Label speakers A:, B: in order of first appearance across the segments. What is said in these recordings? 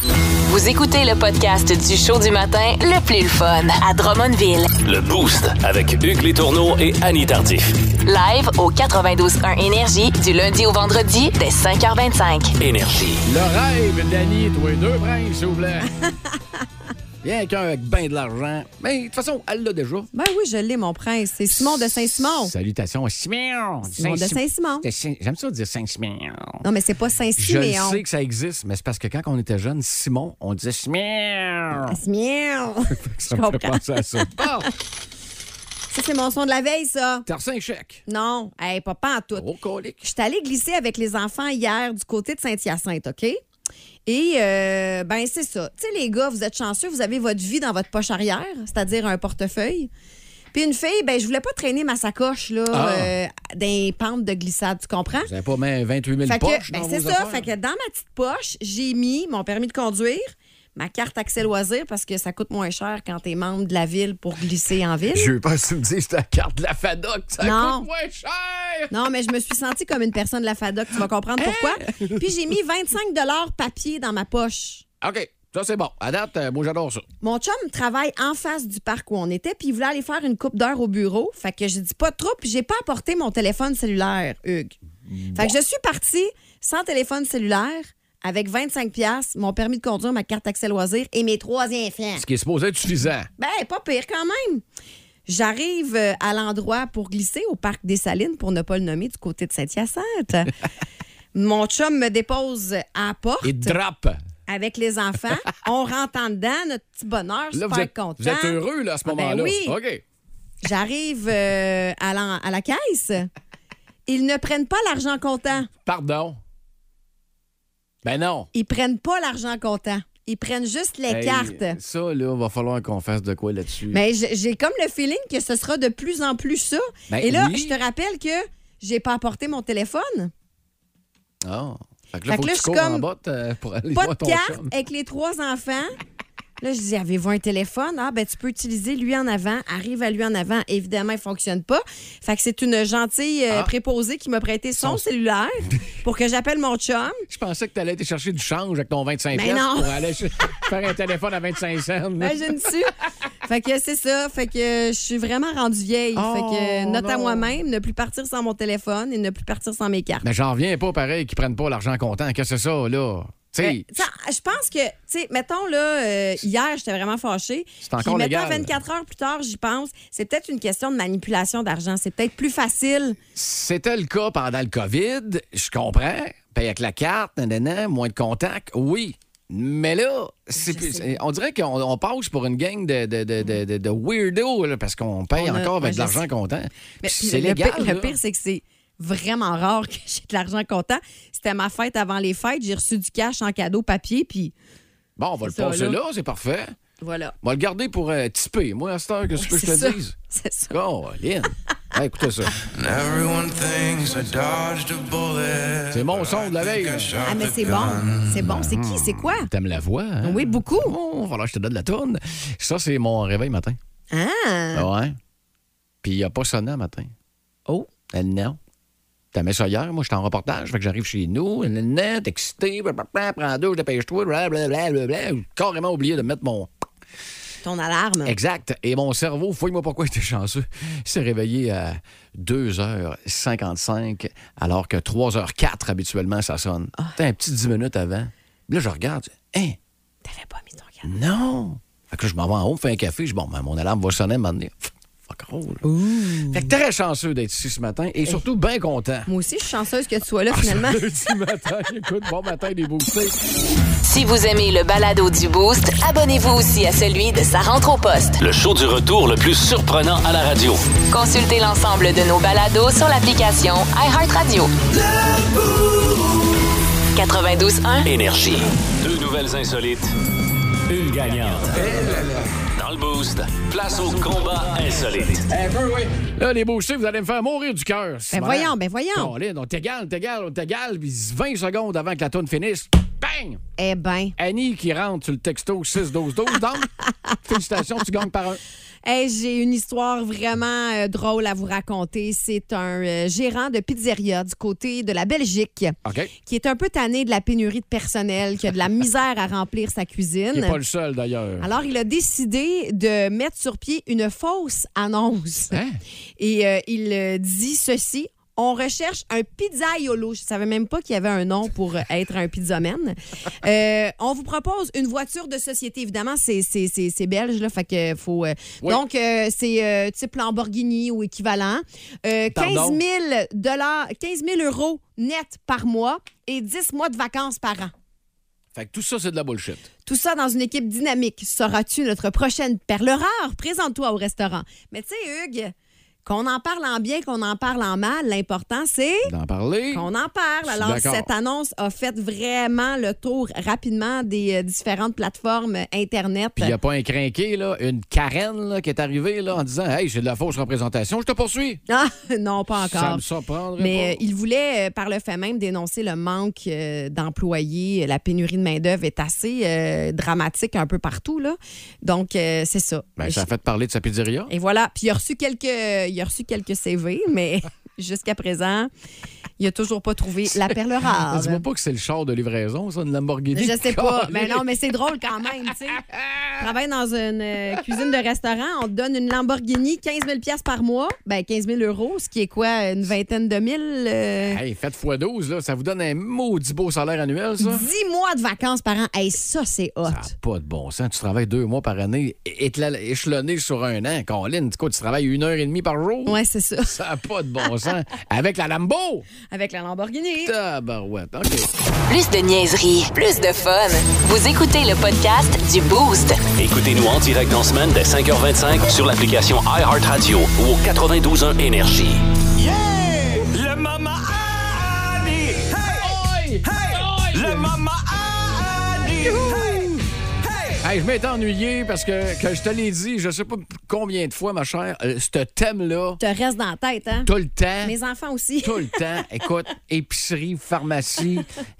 A: Vous écoutez le podcast du show du matin le plus fun à Drummondville.
B: Le Boost avec Hugues Létourneau et Annie Tardif.
A: Live au 92.1 Énergie du lundi au vendredi dès 5h25.
B: Énergie.
C: Le rêve d'Annie, toi, deux brinques, s'il vous plaît. Bien qu'un avec ben de l'argent. Mais de toute façon, elle l'a déjà.
D: Ben oui, je l'ai, mon prince. C'est Simon de Saint-Simon.
C: Salutations à Simeon.
D: Simon de Saint-Simon.
C: Saint- J'aime ça dire Saint-Simeon.
D: Non, mais c'est pas
C: Je le
D: Saint-Siméon.
C: sais que ça existe, mais c'est parce que quand on était jeune, Simon, on disait Simeon.
D: Ah, Siméon.
C: Ça
D: je
C: me fait
D: comprends.
C: penser à ça. Bon,
D: Ça, c'est mon son de la veille, ça.
C: t'as reçu un chèque.
D: Non, hey, pas, pas en tout.
C: Oh, colique.
D: Je suis allée glisser avec les enfants hier du côté de Saint-Hyacinthe, OK? Et, euh, ben, c'est ça. Tu sais, les gars, vous êtes chanceux, vous avez votre vie dans votre poche arrière, c'est-à-dire un portefeuille. Puis une fille, ben, je voulais pas traîner ma sacoche, là,
C: Ah.
D: euh, d'un pente de glissade, tu comprends?
C: Vous n'avez pas même 28 000
D: Fait que,
C: poches
D: ben,
C: dans
D: c'est
C: vos
D: ça.
C: affaires?
D: Fait que dans ma petite poche, j'ai mis mon permis de conduire, ma carte accès loisirs parce que ça coûte moins cher quand t'es membre de la ville pour glisser en ville.
C: Je veux pas que tu me dises ta carte de la FADOC, ça
D: Non.
C: coûte moins cher.
D: Non, mais je me suis sentie comme une personne de la FADOC, tu vas
C: Hein?
D: comprendre pourquoi. Puis j'ai mis 25 dollars papier dans ma poche.
C: OK, ça c'est bon. À date, euh, moi j'adore ça.
D: Mon chum travaille en face du parc où on était, puis il voulait aller faire une coupe d'heure au bureau. Fait que je dis pas trop, puis j'ai pas apporté mon téléphone cellulaire, Hugues. Fait que je suis partie sans téléphone cellulaire, avec 25 pièces, mon permis de conduire, ma carte accès loisirs et mes trois enfants.
C: Ce qui est supposé être suffisant.
D: Ben, pas pire quand même. J'arrive euh, à l'endroit pour glisser au parc des Salines, pour ne pas le nommer, du côté de Saint-Hyacinthe. Mon chum me dépose à la porte
C: Et drape.
D: avec les enfants. On rentre en dedans, notre petit bonheur,
C: Là,
D: super
C: vous êtes,
D: content.
C: vous êtes heureux là, à ce
D: Ah, ben
C: moment-là.
D: oui.
C: OK.
D: J'arrive euh, à, la, à la caisse. Ils ne prennent pas l'argent comptant.
C: Pardon. Ben non.
D: Ils prennent pas l'argent comptant. Ils prennent juste les
C: Hey, euh,
D: cartes.
C: Ça, là, va falloir qu'on fasse de quoi là-dessus.
D: Mais j- j'ai comme le feeling que ce sera de plus en plus ça.
C: Ben
D: Et là,
C: oui.
D: je te rappelle que j'ai pas apporté mon téléphone.
C: Ah. Fait que là,
D: Fait
C: faut
D: que
C: que,
D: là,
C: tu
D: je
C: cours
D: suis
C: en
D: comme-
C: botte euh, pour aller
D: Pas
C: voir
D: de
C: ton
D: carte
C: chum.
D: avec les trois enfants. Là, je dis, avez-vous un téléphone? Ah, ben, tu peux utiliser lui en avant. Arrive à lui en avant. Évidemment, il fonctionne pas. Fait que c'est une gentille euh,
C: Ah.
D: préposée qui m'a prêté son,
C: Son-
D: cellulaire pour que j'appelle mon chum.
C: Je pensais que t'allais aller chercher du change avec ton 25
D: Ben
C: piastres
D: non. Ben,
C: pour aller ch- faire un téléphone à 25 cents. là.
D: Imagine-tu? fait que c'est ça. Fait que euh, je suis vraiment rendue vieille.
C: Oh,
D: fait que, note à
C: non.
D: moi-même, ne plus partir sans mon téléphone et ne plus partir sans mes cartes.
C: Mais Ben, j'en reviens pas pareil qu'ils prennent pas l'argent comptant. Qu'est-ce que c'est ça, là? Tu sais,
D: Ben, Ça, je pense que, tu sais, mettons, là, euh, hier, j'étais vraiment fâchée.
C: C'est encore
D: Puis maintenant,
C: légal.
D: 24 heures plus tard, j'y pense. C'est peut-être une question de manipulation d'argent. C'est peut-être plus facile.
C: C'était le cas pendant le COVID, je comprends. Paye avec la carte, nanana, moins de contacts, oui. Mais là, c'est plus- on dirait qu'on on passe pour une gang de, de, de, de, de- de weirdos là, parce qu'on paye
D: On a-
C: encore
D: ouais,
C: avec
D: je
C: de l'argent
D: sais.
C: comptant. Puis
D: Mais
C: C'est
D: le
C: légal.
D: pire-
C: là.
D: Le pire, c'est que c'est vraiment rare que j'ai de l'argent comptant. C'était ma fête avant les fêtes. J'ai reçu du cash en cadeau papier, puis
C: Bon, on va le
D: c'est ça,
C: passer
D: là.
C: là, c'est parfait.
D: voilà.
C: On va le garder pour euh, typer. Moi, à cette heure, qu'est-ce que je
D: C'est
C: te
D: ça.
C: dise?
D: C'est ça.
C: Oh, Lynn. Hey, écoutez ça.
E: And everyone thinks I dodged a bullet.
C: C'est mon son de la veille.
D: Ah, mais c'est bon. C'est bon. C'est qui? C'est quoi?
C: T'aimes la voix? hein?
D: Oui, beaucoup.
C: Bon, voilà, je te donne la tourne. Ça, c'est mon réveil matin.
D: Ah!
C: Ouais. Puis il a pas sonné le matin.
D: Oh.
C: Elle non. T'as mis ça hier, moi j'étais en reportage, fait que j'arrive chez nous, elle non, t'es excité, blablabla, prends douche, dépêche-toi, blablabla, blablabla. J'ai Carrément oublié de mettre mon
D: Ton alarme.
C: exact. Et mon cerveau, fouille-moi pourquoi il était chanceux, s'est réveillé à 2h55, alors que 3h04 habituellement ça sonne. T'as un petit 10 minutes avant. Là, je regarde, hein,
D: T'avais pas mis ton cadeau.
C: non! Fait que là, je m'en vais en haut, me fais un café. Je dis, bon, ben, mon alarme va sonner, m'en Fuck all. Fait que très chanceux d'être ici ce matin et surtout bien content.
D: Moi aussi, je suis chanceuse que tu sois
C: Ah,
D: là, finalement.
C: Lundi matin, écoute, bon matin, les boostés.
A: Si vous aimez le balado du Boost, abonnez-vous aussi à celui de sa rentre au poste.
B: Le show du retour le plus surprenant à la radio.
A: Consultez l'ensemble de nos balados sur l'application iHeartRadio. 92.1.
B: Énergie. Deux nouvelles insolites. Une gagnante. Dans le Boost, place au combat insolite.
C: Là, les boostés, vous allez me faire mourir du cœur.
D: Ben voyons, ben voyons.
C: Colin, on t'égale, on t'égale, on t'égale, puis 20 secondes avant que la tourne finisse, bang!
D: Eh ben,
C: Annie qui rentre sur le texto 6-12-12, donc, félicitations, tu gagnes par un.
D: Hey, j'ai une histoire vraiment euh, drôle à vous raconter. C'est un euh, gérant de pizzeria du côté de la Belgique
C: OK.
D: qui est un peu tanné de la pénurie de personnel, qui a de la misère à remplir sa
C: Il
D: cuisine.
C: n'est pas le seul, d'ailleurs.
D: Alors, il a décidé de mettre sur pied une fausse annonce.
C: Hein?
D: Et euh, il euh, dit ceci. On recherche un pizzaiolo. Je savais même pas qu'il y avait un nom pour euh, être un pizzomène. Euh, on vous propose une voiture de société. Évidemment, c'est- c'est c'est- c'est belge, là, fait que faut... euh,
C: Oui.
D: Donc, euh, c'est euh, type Lamborghini ou équivalent. Euh, 15,
C: Pardon?
D: 000 15 000 euros net par mois et 10 mois de vacances par an.
C: Fait que tout ça, c'est de la bullshit.
D: Tout ça dans une équipe dynamique. Seras-tu notre prochaine perle rare? Présente-toi au restaurant. Mais tu sais, Hugues, qu'on en parle en bien, qu'on en parle en mal, l'important, c'est
C: D'en parler.
D: qu'on en parle.
C: Je suis
D: Alors,
C: d'accord.
D: cette annonce a fait vraiment le tour rapidement des euh, différentes plateformes euh, Internet.
C: Puis il n'y a pas un crinqué, là, une Karen là, qui est arrivée là, en disant Hey, j'ai de la fausse représentation, je te poursuis.
D: Ah, non, pas
C: Ça
D: encore.
C: me surprendrait.
D: Mais euh,
C: pas.
D: il voulait, euh, par le fait même, dénoncer le manque euh, d'employés. La pénurie de main-d'œuvre est assez euh, dramatique un peu partout. Là. Donc, euh, c'est ça.
C: Ben, ça a fait parler de sa pizzeria.
D: Et voilà. Puis il a reçu quelques, il a reçu quelques CV, mais jusqu'à présent, il a toujours pas trouvé la perle rare.
C: Dis-moi pas que c'est le char de livraison, ça, une Lamborghini.
D: Je sais pas. Mais non, mais c'est drôle quand même, tu sais. Travaille dans une euh, cuisine de restaurant, on te donne une Lamborghini, 15 000 piastres par mois. Ben, 15 000 euros, ce qui est quoi, une vingtaine de mille? euh,
C: Hey, faites x12, là, ça vous donne un maudit beau salaire annuel, ça.
D: 10 mois de vacances par an. Hey, ça, c'est hot.
C: Ça n'a pas de bon sens. Tu travailles deux mois par année, é- étla- échelonné sur un an. Colin, tu quoi, tu travailles une heure et demie par jour?
D: Ouais, c'est ça.
C: Ça n'a pas de bon sens. Avec la Lambo!
D: Avec la Lamborghini.
C: Tabarouette, OK.
A: Plus de niaiserie, plus de fun. Vous écoutez le podcast du Boost.
B: Écoutez-nous en direct en semaine dès 5h25 sur l'application iHeartRadio ou au 92.1 Énergie.
E: Le Mama Annie! Hey! Hey! Le Mama Annie! Hey! Hey!
C: Hey, je m'étais ennuyé parce que, que je te l'ai dit, je sais pas combien de fois, ma chère, euh, ce thème-là,
D: Te reste dans la tête, hein?
C: tout le temps,
D: Mes enfants aussi.
C: tout le temps, écoute, épicerie, pharmacie,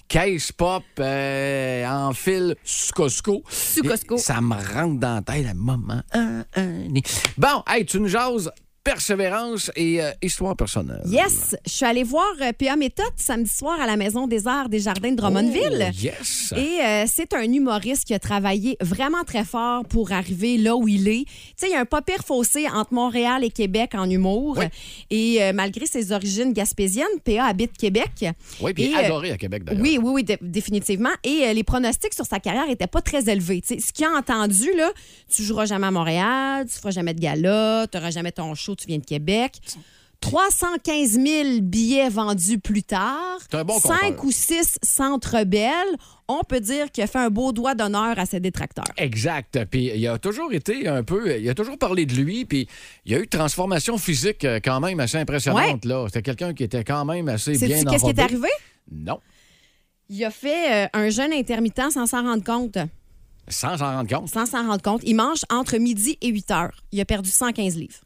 C: caisse pop, euh, en fil, Costco.
D: Costco.
C: Ça me rentre dans la tête à un moment. Un, un, et- Bon, hey, tu nous jases persévérance et euh, histoire personnelle.
D: Yes, je suis allée voir euh, P.A. Méthode samedi soir à la Maison des Arts des Jardins de
C: Oh,
D: Drummondville.
C: yes.
D: Et euh, c'est un humoriste qui a travaillé vraiment très fort pour arriver là où il est. Tu sais, il y a un pas pire fossé entre Montréal et Québec en humour.
C: Oui.
D: Et euh, malgré ses origines gaspésiennes, P.A. habite Québec.
C: Oui, puis
D: Et, euh,
C: adoré à Québec, d'ailleurs.
D: Oui, oui, oui, dé- définitivement. Et euh, les pronostics sur sa carrière n'étaient pas très élevés. Tu sais, ce qu'il a entendu, là, tu joueras jamais à Montréal, tu feras jamais de gala, tu n'auras jamais ton show, tu viens de Québec. 315 000 billets vendus plus tard.
C: C'est un bon compteur.
D: 5 ou 6 centres belles. On peut dire qu'il a fait un beau doigt d'honneur à ses détracteurs.
C: Exact. Puis il a toujours été un peu. Il a toujours parlé de lui. Puis il y a eu une transformation physique euh, quand même assez impressionnante. là. C'était quelqu'un qui était quand même assez bien
D: Sais-tu qu'est-ce qui est
C: enrobé.
D: arrivé?
C: Non,
D: Il a fait euh, un jeûne intermittent sans s'en rendre compte.
C: sans s'en rendre compte.
D: Sans s'en rendre compte. Il mange entre midi et 8 heures. Il a perdu 115 livres.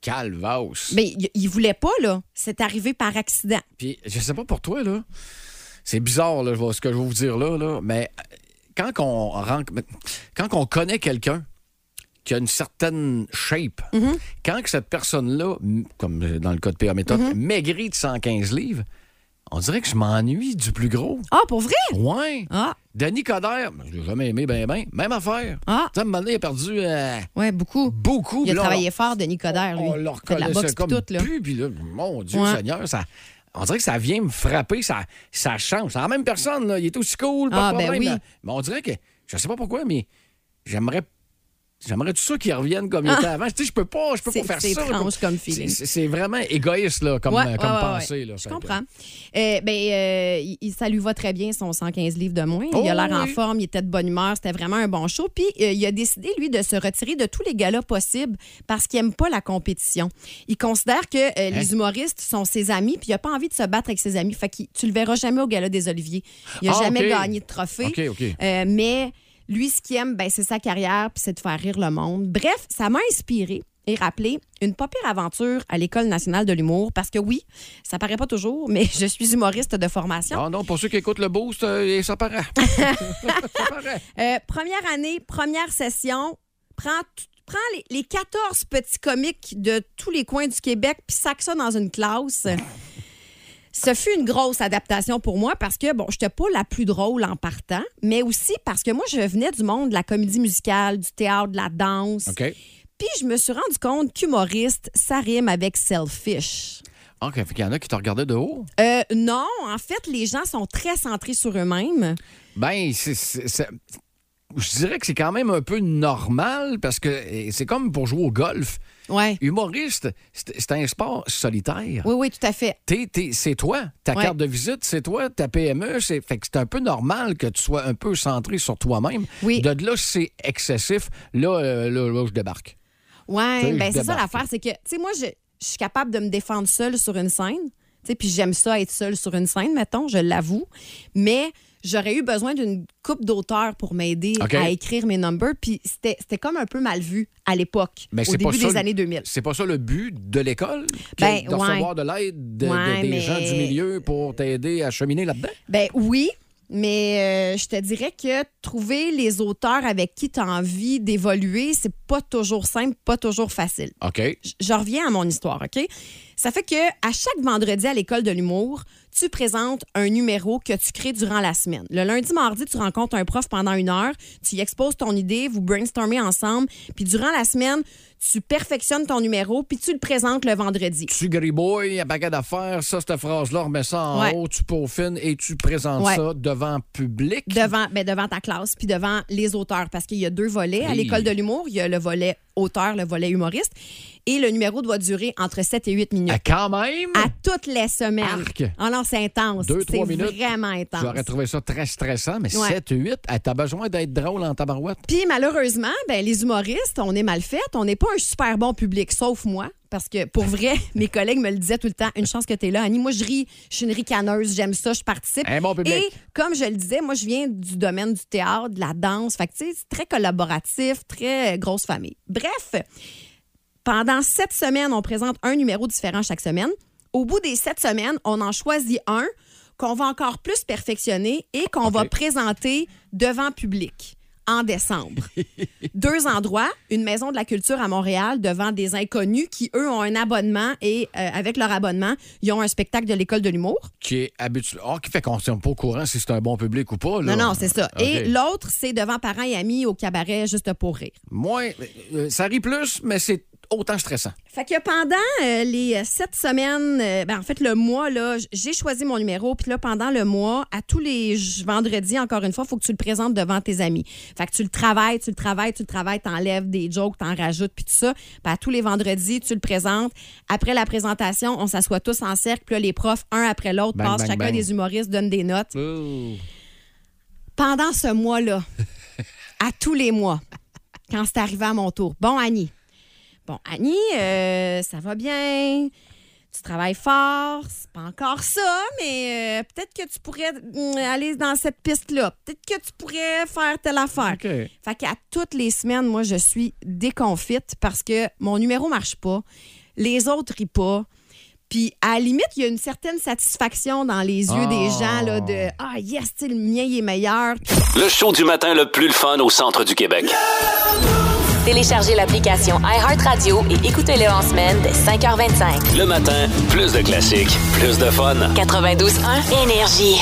C: Calvaus.
D: Mais il- il voulait pas, là. C'est arrivé par accident.
C: Puis je sais pas pour toi, là. C'est bizarre, là, je vois- ce que je vais vous dire là, là. Mais euh, quand on, quand on connaît quelqu'un qui a une certaine shape,
D: Mm-hmm.
C: quand que cette personne-là, m- comme euh, dans le cas de PA méthode,
D: Mm-hmm.
C: maigrit de 115 livres, on dirait que je m'ennuie du plus gros.
D: Ah, pour vrai?
C: Ouais.
D: Ah,
C: Denis Coderre, je l'ai jamais aimé, ben, ben. Même affaire.
D: Ah.
C: Tu sais, à un moment donné, il a perdu euh,
D: ouais, beaucoup.
C: beaucoup.
D: Il a
C: Là,
D: travaillé fort, Denis Coderre, lui.
C: on le
D: Fait de la
C: reconnaissait
D: boxe
C: comme
D: pis tout, là.
C: plus, puis là, mon Dieu
D: Ouais.
C: Seigneur, ça... On dirait que ça vient me frapper, ça, ça change. C'est la même personne, là. Il est aussi cool, pas
D: Ah,
C: de
D: ben
C: problème.
D: oui.
C: là. Mais on dirait que... Je sais pas pourquoi, mais j'aimerais... J'aimerais tout ça qu'il revienne comme il était avant. Tu sais, je peux pas, je peux pas
D: Ah. C'est-
C: faire ça.
D: c'est étrange comme
C: C'est-
D: feeling.
C: C'est c'est vraiment égoïste, là, comme,
D: Ouais,
C: euh,
D: ouais,
C: comme
D: ouais,
C: pensée.
D: ouais.
C: là.
D: Je
C: Fait que-
D: comprends. Euh, ben, euh, il- il- ça lui va très bien, son 115 livres de moins.
C: Oh
D: il a l'air en
C: oui.
D: forme, il était de bonne humeur, c'était vraiment un bon show. Puis, euh, il a décidé, lui, de se retirer de tous les galas possibles parce qu'il aime pas la compétition. Il considère que euh,
C: Hein?
D: les humoristes sont ses amis, puis il a pas envie de se battre avec ses amis. Fait que tu le verras jamais au gala des Oliviers. Il a
C: Ah,
D: jamais
C: OK.
D: gagné de trophée.
C: OK, OK.
D: Euh, mais lui, ce qu'il aime, ben, c'est sa carrière, puis c'est de faire rire le monde. Bref, ça m'a inspiré et rappelé une pas pire aventure à l'École nationale de l'humour, parce que oui, ça paraît pas toujours, mais je suis humoriste de formation.
C: Ah non, pour ceux qui écoutent le boost, euh, et ça paraît. ça paraît.
D: Euh, première année, première session, prends, t- prends les, les 14 petits comiques de tous les coins du Québec puis sac ça dans une classe. Ce fut une grosse adaptation pour moi parce que, bon, j'étais pas la plus drôle en partant, mais aussi parce que moi, je venais du monde de la comédie musicale, du théâtre, de la danse.
C: OK.
D: Puis je me suis rendu compte qu'humoriste, ça rime avec selfish.
C: OK, fait qu'il y en a qui te regardaient de haut.
D: Euh, non, en fait, les gens sont très centrés sur eux-mêmes.
C: Ben, c'est- c'est- c'est- je dirais que c'est quand même un peu normal parce que eh, c'est comme pour jouer au golf.
D: Ouais.
C: Humoriste, c'est c'est un sport solitaire.
D: Oui, oui, tout à fait.
C: T'es- t'es- c'est toi, ta
D: Ouais.
C: carte de visite, c'est toi, ta PME, c'est fait que c'est un peu normal que tu sois un peu centré sur toi-même.
D: Oui.
C: De là, c'est excessif. Là, euh, là, là, je débarque. Tu sais,
D: Ouais, ben
C: je
D: c'est ça
C: débarque.
D: l'affaire, c'est que, tu sais, moi, je, je suis capable de me défendre seule sur une scène. Tu sais, puis j'aime ça être seule sur une scène, mettons, je l'avoue. Mais j'aurais eu besoin d'une coupe d'auteurs pour m'aider
C: OK.
D: à écrire mes numbers. Puis c'était c'était comme un peu mal vu à l'époque,
C: Mais
D: au
C: c'est pas
D: début
C: ça
D: des
C: le-
D: années 2000.
C: C'est pas ça le but de l'école? que
D: Ben,
C: de
D: ouais.
C: recevoir de l'aide de- de-
D: Ouais,
C: des
D: mais-
C: gens du milieu pour t'aider à cheminer là-dedans?
D: Ben oui, mais euh, je te dirais que trouver les auteurs avec qui tu as envie d'évoluer, c'est pas toujours simple, pas toujours facile.
C: OK.
D: J- Je reviens à mon histoire, OK? Ça fait que à chaque vendredi à l'école de l'humour, tu présentes un numéro que tu crées durant la semaine. Le lundi, mardi, tu rencontres un prof pendant une heure, tu y exposes ton idée, vous brainstormez ensemble, puis durant la semaine, tu perfectionnes ton numéro, puis tu le présentes le vendredi.
C: Tu gribouilles, un paquet d'affaires, ça, cette phrase-là, remets ça en
D: Ouais.
C: haut, tu peaufines et tu présentes
D: Ouais.
C: ça devant public.
D: Devant, ben, devant ta classe, puis devant les auteurs, parce qu'il y a deux volets. À
C: Oui.
D: l'école de l'humour, il y a le volet auteur, le volet humoriste, et le numéro doit durer entre 7 et 8 minutes.
C: Ah, quand même!
D: À toutes les semaines.
C: Arc.
D: Ah non, c'est intense.
C: Deux, trois
D: C'est
C: minutes.
D: vraiment intense.
C: J'aurais trouvé ça très stressant, mais
D: Ouais.
C: 7 8, elle, t'as besoin d'être drôle en tabarouette.
D: Puis malheureusement, ben, les humoristes, on est mal fait. On n'est pas un super bon public, sauf moi. Parce que pour vrai, mes collègues me le disaient tout le temps, une chance que tu es là, Annie. Moi, je ris, je suis une ricaneuse, j'aime ça, je participe.
C: Un bon public.
D: Et comme je le disais, moi, je viens du domaine du théâtre, de la danse. Fait que, tu sais, c'est très collaboratif, très euh, grosse famille. Bref, pendant sept semaines, on présente un numéro différent chaque semaine. Au bout des sept semaines, on en choisit un qu'on va encore plus perfectionner et qu'on va présenter devant public en décembre. Deux endroits, une maison de la culture à Montréal devant des inconnus qui, eux, ont un abonnement et euh, avec leur abonnement, ils ont un spectacle de l'école de l'humour.
C: Qui est habitué. Oh, qui fait qu'on ne pas au courant si c'est un bon public ou pas. là.
D: Non, non, c'est ça.
C: OK.
D: Et l'autre, c'est devant parents et amis au cabaret juste pour rire.
C: Moins. euh, ça rit plus, mais c'est autant stressant.
D: Fait que pendant euh, les euh, sept semaines, euh, ben, en fait, le mois, là, j- j'ai choisi mon numéro. Puis là, pendant le mois, à tous les j- vendredis, encore une fois, faut que tu le présentes devant tes amis. Fait que tu le travailles, tu le travailles, tu le travailles, t'enlèves des jokes, t'en rajoutes, puis tout ça. Puis à tous les vendredis, tu le présentes. Après la présentation, on s'assoit tous en cercle. Puis là, les profs, un après l'autre,
C: Bang,
D: passent
C: bang,
D: chacun
C: bang.
D: des humoristes, donnent des notes. pendant ce mois-là, à tous les mois, quand c'est arrivé à mon tour, bon, Annie, bon, Annie, euh, ça va bien, tu travailles fort, c'est pas encore ça, mais euh, peut-être que tu pourrais mm, aller dans cette piste-là, peut-être que tu pourrais faire telle affaire.
C: OK.
D: Fait qu'à toutes les semaines, moi, je suis déconfite parce que mon numéro marche pas, les autres rient pas. Puis, à la limite, il y a une certaine satisfaction dans les yeux des
C: Ah.
D: gens là, de Ah, yes, tu sais, le mien il est meilleur.
B: Le show du matin le plus le fun au centre du Québec.
A: Téléchargez l'application iHeartRadio et écoutez-le en semaine dès 5h25.
B: Le matin, plus de classiques, plus de fun.
A: 92.1 Énergie.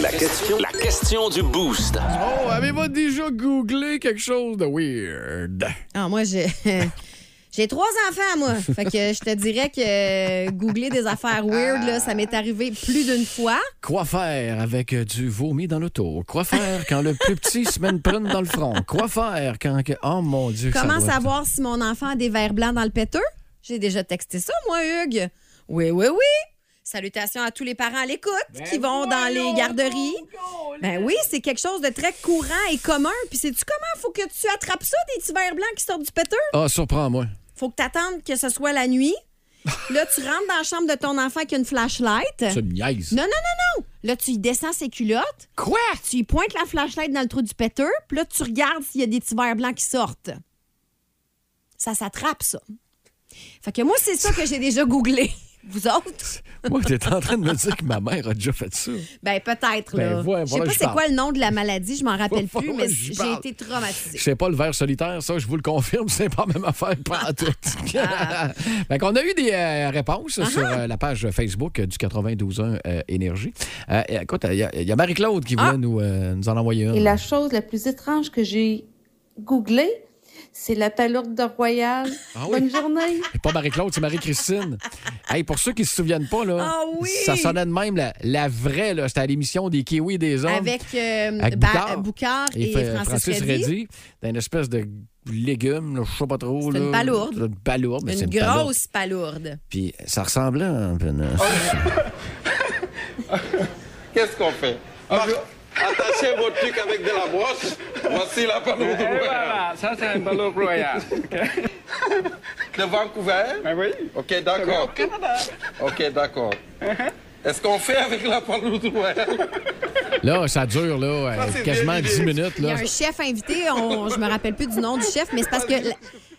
B: La question, la question du boost.
C: Oh, avez-vous déjà googlé quelque chose de weird?
D: Ah, moi, j'ai. J'ai trois enfants, moi. Fait que je te dirais que euh, googler des affaires weird, là, ça m'est arrivé plus d'une fois.
C: Quoi faire avec euh, du vomi dans l'auto? Quoi faire quand le plus petit se met une prune dans le front? Quoi faire quand. que- Oh mon Dieu, ça
D: Comment
C: doit être-
D: savoir si mon enfant a des verres blancs dans le péteux? J'ai déjà texté ça, moi, Hugues. Oui, oui, oui. Salutations à tous les parents à l'écoute
C: Ben
D: qui vont dans les garderies. Ben oui, c'est quelque chose de très courant et commun. Puis sais-tu comment faut que tu attrapes ça, des petits verres blancs qui sortent du péteux?
C: Ah, surprends-moi.
D: Faut que tu attendes que ce soit la nuit. Là, tu rentres dans la chambre de ton enfant avec une flashlight.
C: Tu me niaises.
D: Non, non, non, non. Là, tu y descends ses culottes. Quoi? Tu y pointes la flashlight dans le trou du péteur, puis là, tu regardes s'il y a des petits verres blancs qui sortent. Ça s'attrape, ça. Fait que moi, c'est ça que j'ai déjà googlé. Vous autres?
C: Moi, t'es en train de me dire que ma mère a déjà fait ça.
D: Ben, peut-être,
C: Ben,
D: là.
C: voilà,
D: je sais
C: voilà,
D: pas
C: je
D: c'est
C: parle.
D: quoi le nom de la maladie, je m'en rappelle
C: Voilà,
D: plus, mais
C: je
D: j'ai
C: parle.
D: été traumatisée.
C: Je sais pas, le verre solitaire, ça, je vous le confirme, c'est pas la même affaire pas en tout. fait qu'on a eu des euh, réponses sur euh, la page Facebook euh, du 92.1 euh, Énergie. Euh, écoute, il y a- il y a, Marie-Claude qui voulait nous, euh, nous en envoyer une.
F: Et la chose la plus étrange que j'ai googlée, c'est la palourde de Royal.
C: Ah oui?
F: Bonne journée!
C: Pas Marie-Claude, c'est Marie-Christine. hey, pour ceux qui se souviennent pas, là,
D: Ah oui!
C: ça sonnait de même la, la vraie, là, c'était à l'émission des Kiwis et des hommes.
D: Avec, euh,
C: Avec
D: Ba-
C: Boucard.
D: Boucard et,
C: fait-
D: Francis, Reddy.
C: Reddy, dans une espèce de légume, là, je sais pas trop.
D: C'est une
C: là.
D: palourde.
C: C'est Une palourde, mais c'est
D: Une
C: palourde.
D: grosse palourde.
C: Puis ça ressemblait un peu. là.
D: Oh.
G: Qu'est-ce qu'on fait Attachez votre truc avec de la broche. Voici la palourde royale.
H: Ah, ça c'est un ballon royal.
G: De Vancouver
H: oui.
G: Ok, d'accord. Ok, d'accord. Est-ce qu'on fait avec la palourde royale
C: Là, ça dure là, euh,
G: Ah, c'est
C: quasiment
G: bien
C: 10 minutes.
D: Il y a
C: Là.
D: un chef invité, on, je me rappelle plus du nom du chef, mais c'est
C: Ah,
D: parce que la-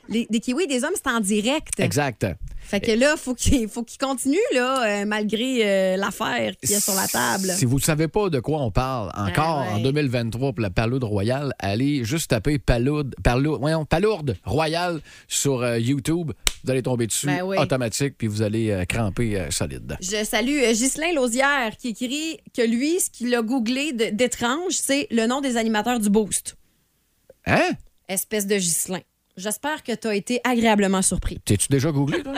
D: les, des kiwis et des hommes, c'est en direct.
C: Exact.
D: Fait que là, faut qu'il faut qu'il continue, là, euh, malgré euh, l'affaire qu'il y a sur la table.
C: Si vous ne savez pas de quoi on parle encore
D: Ah ouais.
C: en 2023 pour la Paloude Royale, allez juste taper Paloude, Paloude, voyons, Palourde Royale sur euh, YouTube. Vous allez tomber dessus
D: Ben oui.
C: automatique, puis vous allez euh, cramper euh, solide.
D: Je salue euh, Ghislain Lausière qui écrit que lui, ce qu'il a googlé de- d'étrange, c'est le nom des animateurs du Boost.
C: Hein?
D: Espèce de Ghislain. J'espère que tu as été agréablement surpris.
C: T'es-tu déjà googlé, toi?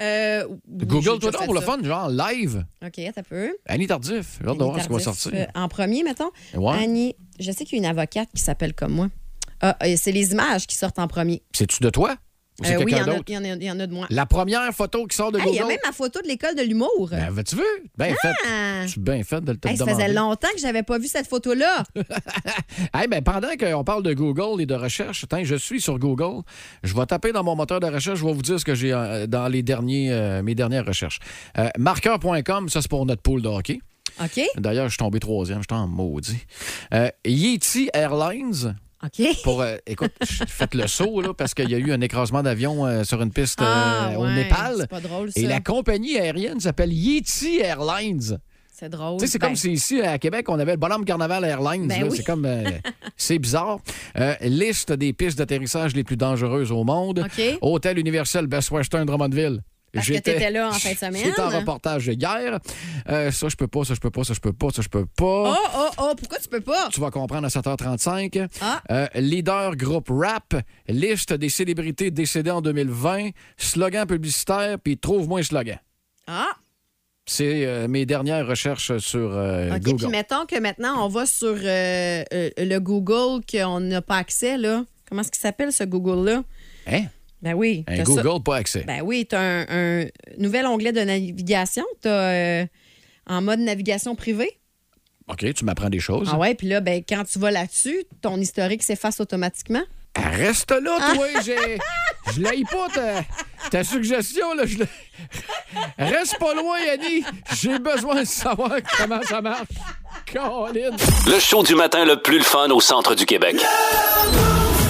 D: Euh, oui,
C: Google,
D: j'ai
C: toi,
D: déjà
C: donc,
D: fait
C: pour le
D: ça.
C: fun, genre live.
D: OK, t'as peu.
C: Annie Tardif. J'ai hâte de voir ce qui va sortir.
D: Euh, en premier, mettons.
C: Ouais.
D: Annie, je sais qu'il y a une avocate qui s'appelle comme moi. Ah, euh, c'est les images qui sortent en premier.
C: C'est-tu de toi? Ou c'est
D: Euh, oui, il y
C: quelqu'un
D: en a-
C: d'autre?
D: il y, en a- il y en a de moi.
C: La première photo qui sort de
D: Hey, Il
C: Google.
D: y a même ma photo de l'école de l'humour.
C: Ben, vas-tu vu? Ben
D: Ah!
C: fait. Tu bien fait de le te
D: Hey, ça
C: demander.
D: faisait longtemps que j'avais pas vu cette photo-là.
C: Hey, ben, pendant qu'on parle de Google et de recherche, attends, je suis sur Google. Je vais taper dans mon moteur de recherche. Je vais vous dire ce que j'ai euh, dans les derniers, euh, mes dernières recherches. Euh, marqueur.com, ça, c'est pour notre pool de hockey.
D: OK?
C: D'ailleurs, je suis tombé troisième. Je suis en maudit. Euh, Yeti Airlines.
D: OK.
C: Pour, euh, écoute, ch- faites le saut, là, parce qu'il y a eu un écrasement d'avion euh, sur une piste euh,
D: Ah,
C: au
D: ouais,
C: Népal.
D: c'est pas drôle, ça.
C: Et la compagnie aérienne s'appelle Yeti Airlines.
D: C'est drôle.
C: Tu sais, c'est
D: Ben,
C: comme si ici, à Québec, on avait le bonhomme Carnaval Airlines.
D: Ben
C: là.
D: oui.
C: C'est comme. euh, c'est bizarre. Euh, liste des pistes d'atterrissage les plus dangereuses au monde.
D: OK.
C: Hôtel Universel Best Western Drummondville.
D: Parce que t'étais là en fin de semaine.
C: J'étais en reportage hier. Euh, ça, je peux pas, ça, je peux pas, ça, je peux pas, ça, je peux pas.
D: Oh, oh, oh, pourquoi tu peux pas?
C: Tu vas comprendre à 7h35.
D: Ah.
C: Euh, leader groupe rap, liste des célébrités décédées en 2020, slogan publicitaire, puis trouve-moi un slogan.
D: Ah,
C: C'est euh, mes dernières recherches sur euh,
D: OK. Puis
C: Google.
D: mettons que maintenant, on va sur euh, euh, le Google qu'on n'a pas accès, là. Comment est-ce qu'il s'appelle, ce Google-là?
C: Hein?
D: Ben oui.
C: Un
D: t'as ça.
C: Google, pas accès.
D: Ben oui, tu un, un nouvel onglet de navigation. Tu en mode navigation privée.
C: OK, tu m'apprends des choses.
D: Ah ouais, puis là, ben, quand tu vas là-dessus, ton historique s'efface automatiquement.
C: Ah, Reste là, toi. j'ai... Je l'ai pas, ta, ta suggestion. Là, je l'ai- Reste pas loin, Annie. J'ai besoin de savoir comment ça marche. Colin.
B: Le show du matin le plus le fun au centre du Québec.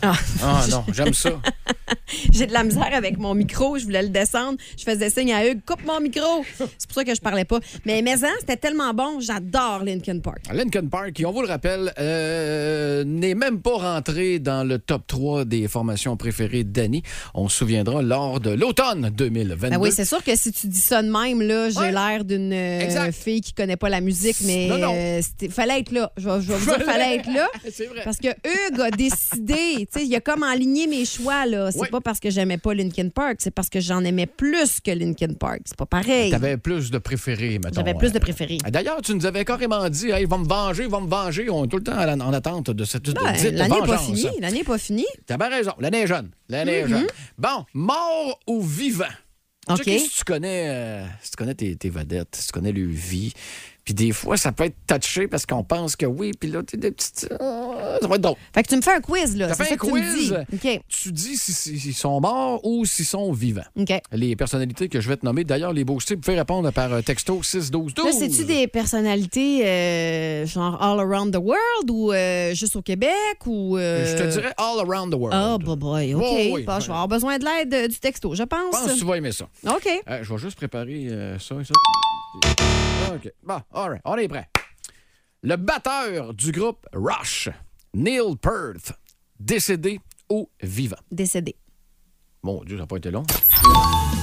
D: Ah,
C: Ah non, j'aime ça.
D: j'ai de la misère avec mon micro. Je voulais le descendre. Je faisais signe à Hugues, coupe mon micro. C'est pour ça que je parlais pas. Mais Maison, c'était tellement bon. J'adore Linkin Park.
C: Lincoln Park, qui, on vous le rappelle, euh, n'est même pas rentré dans le top 3 des formations préférées d'Annie. On se souviendra lors de l'automne 2022.
D: Ben oui, c'est sûr que si tu dis ça de même, là, j'ai
C: Ouais.
D: l'air d'une euh,
C: Exact.
D: fille qui connaît pas la musique, mais
C: Non, non.
D: euh, c'était- fallait être là. Je vais je vais vous dire, fallait être là.
C: C'est vrai.
D: Parce que Hugues a décidé, tu sais, il a comme aligné mes choix, là. C'est
C: Ouais.
D: pas parce que j'aimais pas Linkin Park, c'est parce que j'en aimais plus que Linkin Park. C'est pas pareil.
C: T'avais plus de préférés, mettons.
D: J'avais plus de
C: Euh,
D: préférés.
C: D'ailleurs, tu nous avais carrément dit, hey, ils vont me venger, ils vont me venger. On est tout le temps en en attente de cette de-
D: Ben,
C: dite
D: L'année n'est pas
C: vengeance.
D: finie. L'année est pas finie.
C: T'as bien raison. L'année est jeune. L'année est jeune. Bon, mort ou vivant?
D: OK.
C: Checker si tu connais, euh, si tu connais tes, tes vedettes, si tu connais leur vie, Puis des fois, ça peut être touché parce qu'on pense que oui, puis là, tu des petites. Ah, Ça va être drôle.
D: Fait que tu me fais un quiz, là.
C: T'as
D: C'est
C: fait
D: ça
C: un
D: que tu me dis.
C: quiz.
D: OK.
C: Tu dis si- si- s'ils sont morts ou s'ils sont vivants.
D: OK.
C: Les personnalités que je vais te nommer. D'ailleurs, les beaux types, vous pouvez répondre par euh, texto 6 12 12.
D: Là, c'est-tu des personnalités euh, genre all around the world ou euh, juste au Québec ou. euh,
C: Je te dirais all around the world.
D: Ah, bah, boy, OK.
C: Ouais, ouais,
D: Bah, je vais
C: ouais.
D: avoir besoin de l'aide euh, du texto, je pense.
C: Je pense que tu vas aimer ça.
D: OK.
C: Euh, je vais juste préparer euh, ça et ça. OK. Bon, all right. On est prêt. Le batteur du groupe Rush, Neil Perth, décédé ou vivant?
D: Décédé.
C: Mon Dieu, ça n'a pas été long.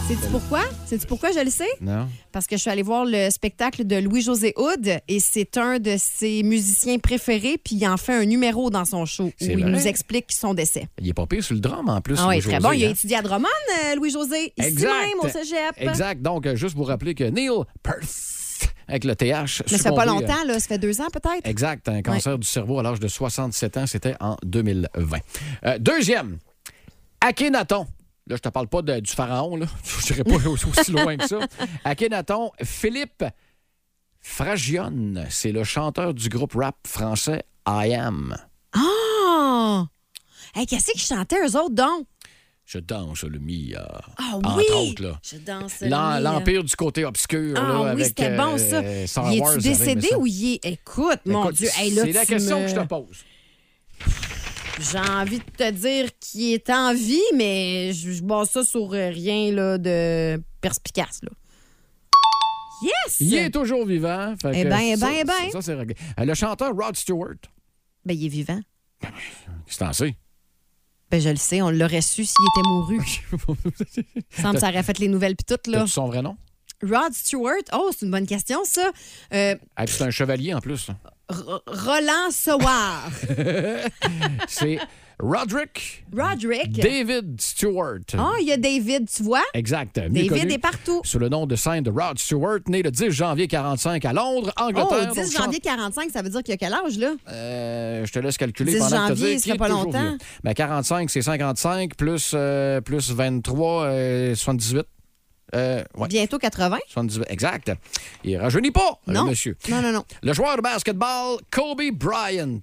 D: Sais-tu pourquoi? Sais-tu pourquoi je le sais?
C: Non.
D: Parce que je suis allée voir le spectacle de Louis-José Hood et c'est un de ses musiciens préférés, puis il en fait un numéro dans son show où
C: C'est
D: il
C: vrai?
D: nous explique son décès.
C: Il est pas pire sur le drame en plus.
D: Ah oui,
C: Louis-José,
D: très bon. Il a
C: hein?
D: étudié à Drummond, euh, Louis-José, ici
C: Exact.
D: même au cégep.
C: Exact. Donc, euh, juste vous rappeler que Neil Perth, avec le TH,
D: Mais ça fait
C: succombé,
D: pas
C: euh,
D: longtemps, là. Ça fait deux ans peut-être.
C: Exact, un cancer du cerveau à l'âge de 67 ans, c'était en 2020. Euh, deuxième, Akhenaton. Là, je te parle pas de- du pharaon, là. je n'irai pas aussi loin que ça. Akhenaton, Philippe Fragione, c'est le chanteur du groupe rap français I Am.
D: Ah! Hey, qu'est-ce qu'ils chantaient, eux autres, donc?
C: Je danse le Mia.
D: Ah
C: Entre
D: oui!
C: autres, là.
D: Je danse.
C: L'en-
D: le-
C: L'empire du côté obscur.
D: Ah
C: là,
D: oui,
C: avec,
D: c'était
C: euh,
D: bon, ça.
C: Star
D: il
C: Wars,
D: est-tu décédé
C: j'aurais aimé
D: ou il est... Écoute,
C: ça.
D: mon
C: Écoute,
D: Dieu, hey, là,
C: C'est la
D: tu
C: question
D: me-
C: que je te pose.
D: J'ai envie de te dire qu'il est en vie, mais je, je base ça sur euh, rien là, de perspicace. Là. Yes!
C: Il est toujours vivant. fait
D: Eh
C: que
D: ben, eh
C: ça-
D: ben, eh ben.
C: Ça, c'est réglé. Euh, Le chanteur Rod Stewart.
D: Ben, il est vivant.
C: C'est en C.
D: Ben, je le sais, on l'aurait su s'il était mouru. Semble que ça aurait fait les nouvelles pis tout, là.
C: T'as-tu son vrai nom?
D: Rod Stewart, oh, c'est une bonne question, ça. Euh,
C: Ah, puis c'est un chevalier en plus. là.
D: R- Roland Seward.
C: C'est Roderick
D: Roderick.
C: David Stewart.
D: Ah, il y a David, tu vois?
C: Exact. mieux
D: David
C: connu
D: est partout.
C: Sous le nom de scène de Rod Stewart, né le 10 janvier 45 à Londres,
D: Oh,
C: Angleterre. Donc,
D: 10
C: chante-
D: janvier 45, ça veut dire qu'il y a quel âge, là?
C: Euh, je te laisse calculer
D: 10
C: pendant que tu
D: janvier,
C: dis
D: ça fait pas longtemps.
C: Ben, 45, c'est 55, plus, euh, plus 23, euh, 78. Euh, ouais,
D: Bientôt 80?
C: 78, exact. Il rajeunit pas, le
D: Non.
C: monsieur.
D: Non, non, non.
C: Le joueur de basketball, Kobe Bryant.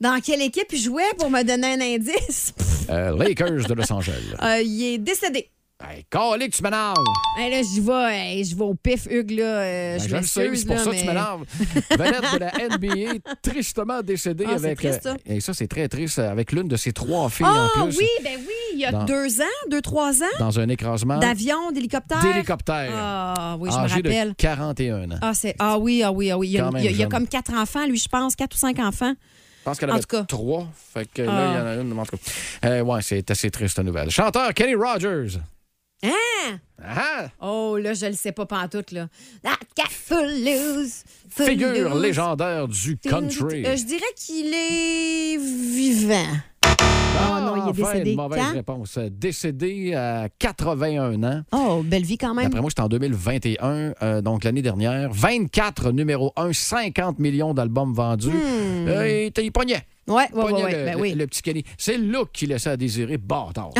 D: Dans quelle équipe il jouait pour me donner un indice?
C: Euh, Lakers de Los Angeles.
D: Euh, il est décédé.
C: Hey, calé que tu m'énerves!
D: Hey, là, j'y vais, hey, j'y vais au pif, Hugues, là. euh,
C: Ben,
D: je
C: je le sais,
D: m'excuse,
C: c'est pour
D: là,
C: ça que
D: mais-
C: tu m'énerves. Vedette de la NBA, tristement décédée
D: Ah, c'est
C: avec.
D: triste,
C: euh,
D: ça.
C: Et ça, c'est très triste, euh, avec l'une de ses trois filles
D: Ah
C: en plus,
D: oui, ben oui, il y a
C: Dans-
D: deux ans, deux, trois ans,
C: dans un écrasement
D: d'avion, d'hélicoptère.
C: d'hélicoptère.
D: Ah oui, je me
C: âgé de
D: rappelle.
C: 41 ans.
D: Ah, c'est... ah oui, ah oui, ah oui. Il y a,
C: Quand même
D: il y a- il y a
C: jeune.
D: comme quatre enfants, lui, je pense, quatre ou cinq enfants.
C: Je pense qu'elle
D: en
C: avait
D: tout cas.
C: trois. Fait que
D: Ah.
C: là, il y en a une. mais En tout cas. Euh, ouais, c'est assez triste, la nouvelle. Chanteur Kenny Rogers.
D: Hein?
C: Ah,
D: Oh, là, je le sais pas pantoute, là. Ah, That cat footloose, footloose.
C: figure légendaire du country.
D: Euh, je dirais qu'il est vivant.
C: Ah,
D: non, il est
C: enfin,
D: décédé
C: Une mauvaise
D: quand?
C: réponse. Euh, Décédé à 81 ans.
D: Oh, belle vie quand même.
C: D'après moi, c'était en 2021, euh, donc l'année dernière. 24 numéro 1, 50 millions d'albums vendus. Euh, il était- il pognait.
D: Hmm. Ouais, ouais, ouais,
C: Pognait
D: ouais,
C: le,
D: ben
C: le-
D: oui.
C: le petit Kenny. C'est le look qui laissait à désirer. Bâtard.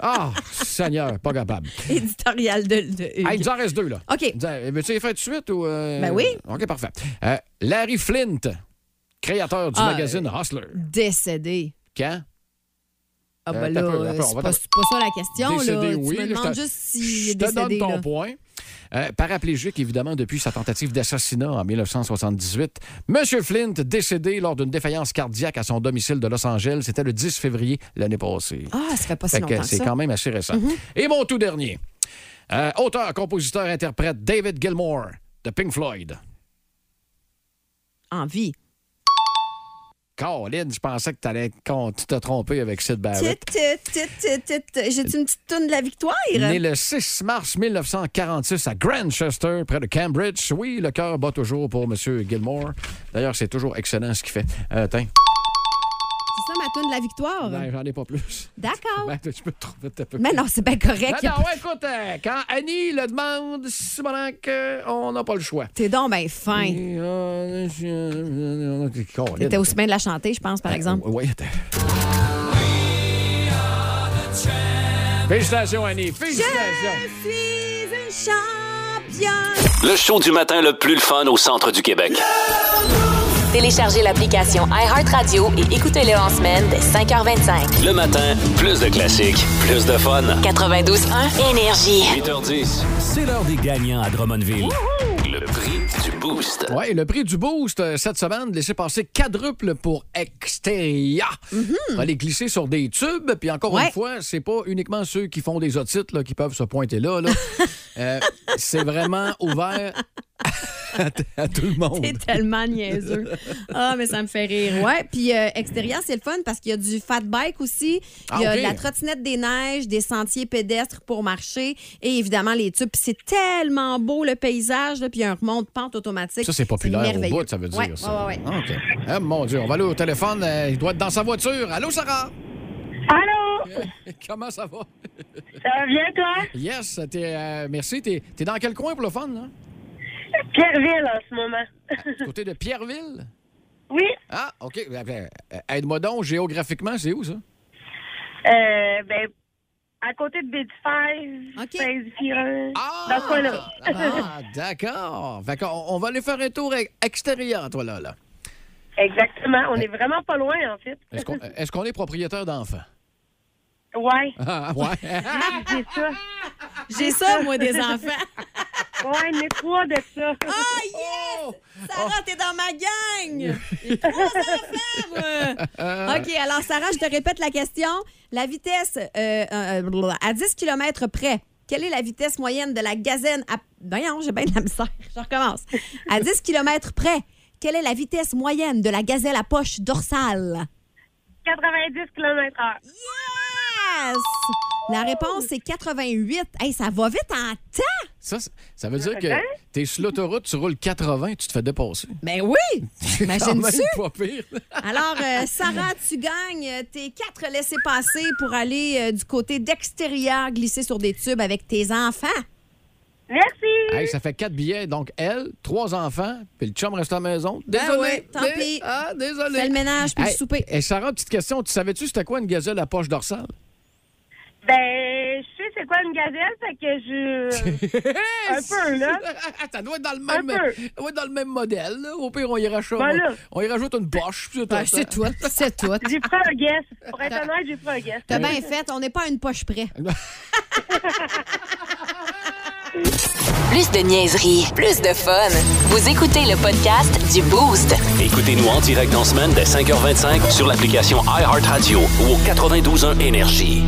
C: Ah, Seigneur, pas capable.
D: Éditorial de, de Hugues.
C: Hey, il nous en reste deux, là.
D: OK.
C: Dis, euh, Veux-tu les faire tout de suite ou. euh,
D: Ben oui.
C: OK, parfait. Euh, Larry Flint, créateur du
D: Ah,
C: magazine Hustler.
D: Décédé.
C: Quand?
D: Ah,
C: Euh,
D: ben là,
C: t'as peu,
D: euh,
C: t'as peu, on
D: c'est
C: va
D: pas,
C: t'as
D: c'est pas ça la question.
C: Décédé,
D: là.
C: oui.
D: tu me
C: là,
D: demandes
C: je te-
D: juste s'il
C: je
D: est
C: te donne
D: décédé.
C: ton
D: là.
C: point. Euh, paraplégique, évidemment, depuis sa tentative d'assassinat en 1978. Monsieur Flint, décédé lors d'une défaillance cardiaque à son domicile de Los Angeles, c'était le 10 février l'année passée.
D: Ah, ça fait pas si
C: Fait que
D: longtemps que
C: c'est
D: ça. Mhm.
C: quand même assez récent. Et mon tout dernier, euh, auteur, compositeur, interprète David Gilmour de Pink Floyd.
D: En vie.
C: Colin, je pensais que t'allais- qu'on- tu t'es trompé avec Sid Barrett.
D: Tut, tut, tut, tut, tut. J'ai-tu une petite toune de la victoire?
C: Né le 6 mars 1946 à Grandchester, près de Cambridge. Oui, le cœur bat toujours pour M. Gilmore. D'ailleurs, c'est toujours excellent ce qu'il fait. Euh, tiens,
D: C'est ça ma toune de la victoire?
C: ben, j'en ai pas plus.
D: D'accord.
C: Ben, tu peux te trouver un peu.
D: Ah Mais non, c'est bien
C: Non,
D: correct.
C: non, ouais, écoute, euh, quand Annie le demande, Simonac, euh, on n'a pas le choix.
D: T'es donc ben fin.
C: Et, euh, euh, Colin.
D: T'étais aussi bien de la chanter, je pense, par exemple.
C: Ben, Oui, attends. Félicitations, Annie. Félicitations.
D: Je suis une championne. Sophia!
B: Le show du matin le plus le fun au centre du Québec.
A: Téléchargez l'application iHeartRadio et écoutez-le en semaine dès 5h25.
B: Le matin, plus de classiques, plus de fun.
A: 92.1 Énergie.
B: 8h10, c'est l'heure des gagnants à Drummondville. Le prix du boost.
C: Oui, Euh, le prix du boost euh, cette semaine, laissez passer quadruple pour Exteria. On Allez glisser sur des tubes, puis encore
D: Ouais.
C: une fois, c'est pas uniquement ceux qui font des otites là, qui peuvent se pointer là. là. Euh, c'est vraiment ouvert à, à tout le monde.
D: T'es tellement niaiseux. Ah, mais ça me fait rire. Ouais. Puis euh, extérieur, c'est le fun parce qu'il y a du fat bike aussi. Il y a
C: Ah, ok.
D: de la trottinette des neiges, des sentiers pédestres pour marcher et évidemment les tubes. Puis c'est tellement beau le paysage. là. Puis il y a un remonte pente automatique.
C: Ça, c'est populaire au
D: merveilleux.
C: bout, ça veut dire
D: Ouais,
C: ça.
D: ouais, ouais, ouais.
C: OK. Ah, mon Dieu, on va aller au téléphone. euh, il doit être dans sa voiture. Allô, Sarah? Euh,
H: Allô?
C: Comment ça va?
H: Ça va bien, toi?
C: Yes, t'es, euh, merci. T'es t'es dans quel coin pour le fun, là?
H: Pierreville, en ce moment.
C: Du Côté de Pierreville?
H: oui,
C: Ah, OK. Ben, ben, euh, Aide-moi donc, géographiquement, c'est où, ça?
H: euh, ben, à côté de B5,
D: Ok.
H: 16 virus,
C: Ah!
H: dans ce coin-là.
C: Ah, d'accord. Fait qu'on on va aller faire un tour e- extérieur, toi, là. là.
H: Exactement. On est vraiment pas loin, en fait.
C: Est-ce qu'on est, qu'on est propriétaire d'enfants?
H: Ouais,
C: Ah, ouais.
H: j'ai ça.
D: J'ai ça, moi, des enfants.
H: Ouais, on est trois de ça.
D: Ah, yes! Sarah, t'es dans ma gang! J'ai trois enfants, moi! OK, alors, Sarah, je te répète la question. La vitesse euh, euh, blablabla, à 10 km près, quelle est la vitesse moyenne de la gazelle à... Voyons, j'ai bien de la misère. Je recommence. À 10 km près, quelle est la vitesse moyenne de la gazelle à poche dorsale?
H: 90 km heure.
D: Yes! La réponse, c'est 88. Hey, ça va vite en temps!
C: Ça, c'est- ça veut
H: Ah,
C: dire que
H: ben.
C: t'es sur l'autoroute, tu roules 80, tu te fais dépasser.
D: Ben oui!
C: Quand même
D: Imagine-tu?
C: pas pire.
D: Alors, euh, Sarah, tu gagnes euh, tes quatre laissés-passer pour aller euh, du côté d'extérieur, glisser sur des tubes avec tes enfants.
H: Merci.
C: Hey, ça fait quatre billets. Donc, elle, trois enfants, puis le chum reste à la maison. Désolé.
D: Ah ouais, tant
C: Dé-
D: pis.
C: Ben Ah, désolé.
D: Fais le ménage puis
C: Hey,
D: le souper.
C: Et Sarah, petite question. Tu savais-tu c'était quoi une gazelle à poche dorsale?
H: Ben, je sais c'est quoi une gazelle, fait que je... Un peu, là.
C: ça doit être dans le
H: Un
C: même,
H: peu.
C: ça doit être dans le même modèle. là. Au pire, on y rajoute,
H: Ben là.
C: on y rajoute une poche. puis hein.
D: Ben, c'est tout, c'est tout.
H: J'ai pris un guess. Pour être honnête, j'ai pris un guess.
D: T'as bien fait, on n'est pas à une poche près.
A: Plus de niaiserie, plus de fun. Vous écoutez le podcast du Boost.
B: Écoutez-nous en direct en semaine dès 5h25 sur l'application iHeartRadio ou au 92.1 Énergie.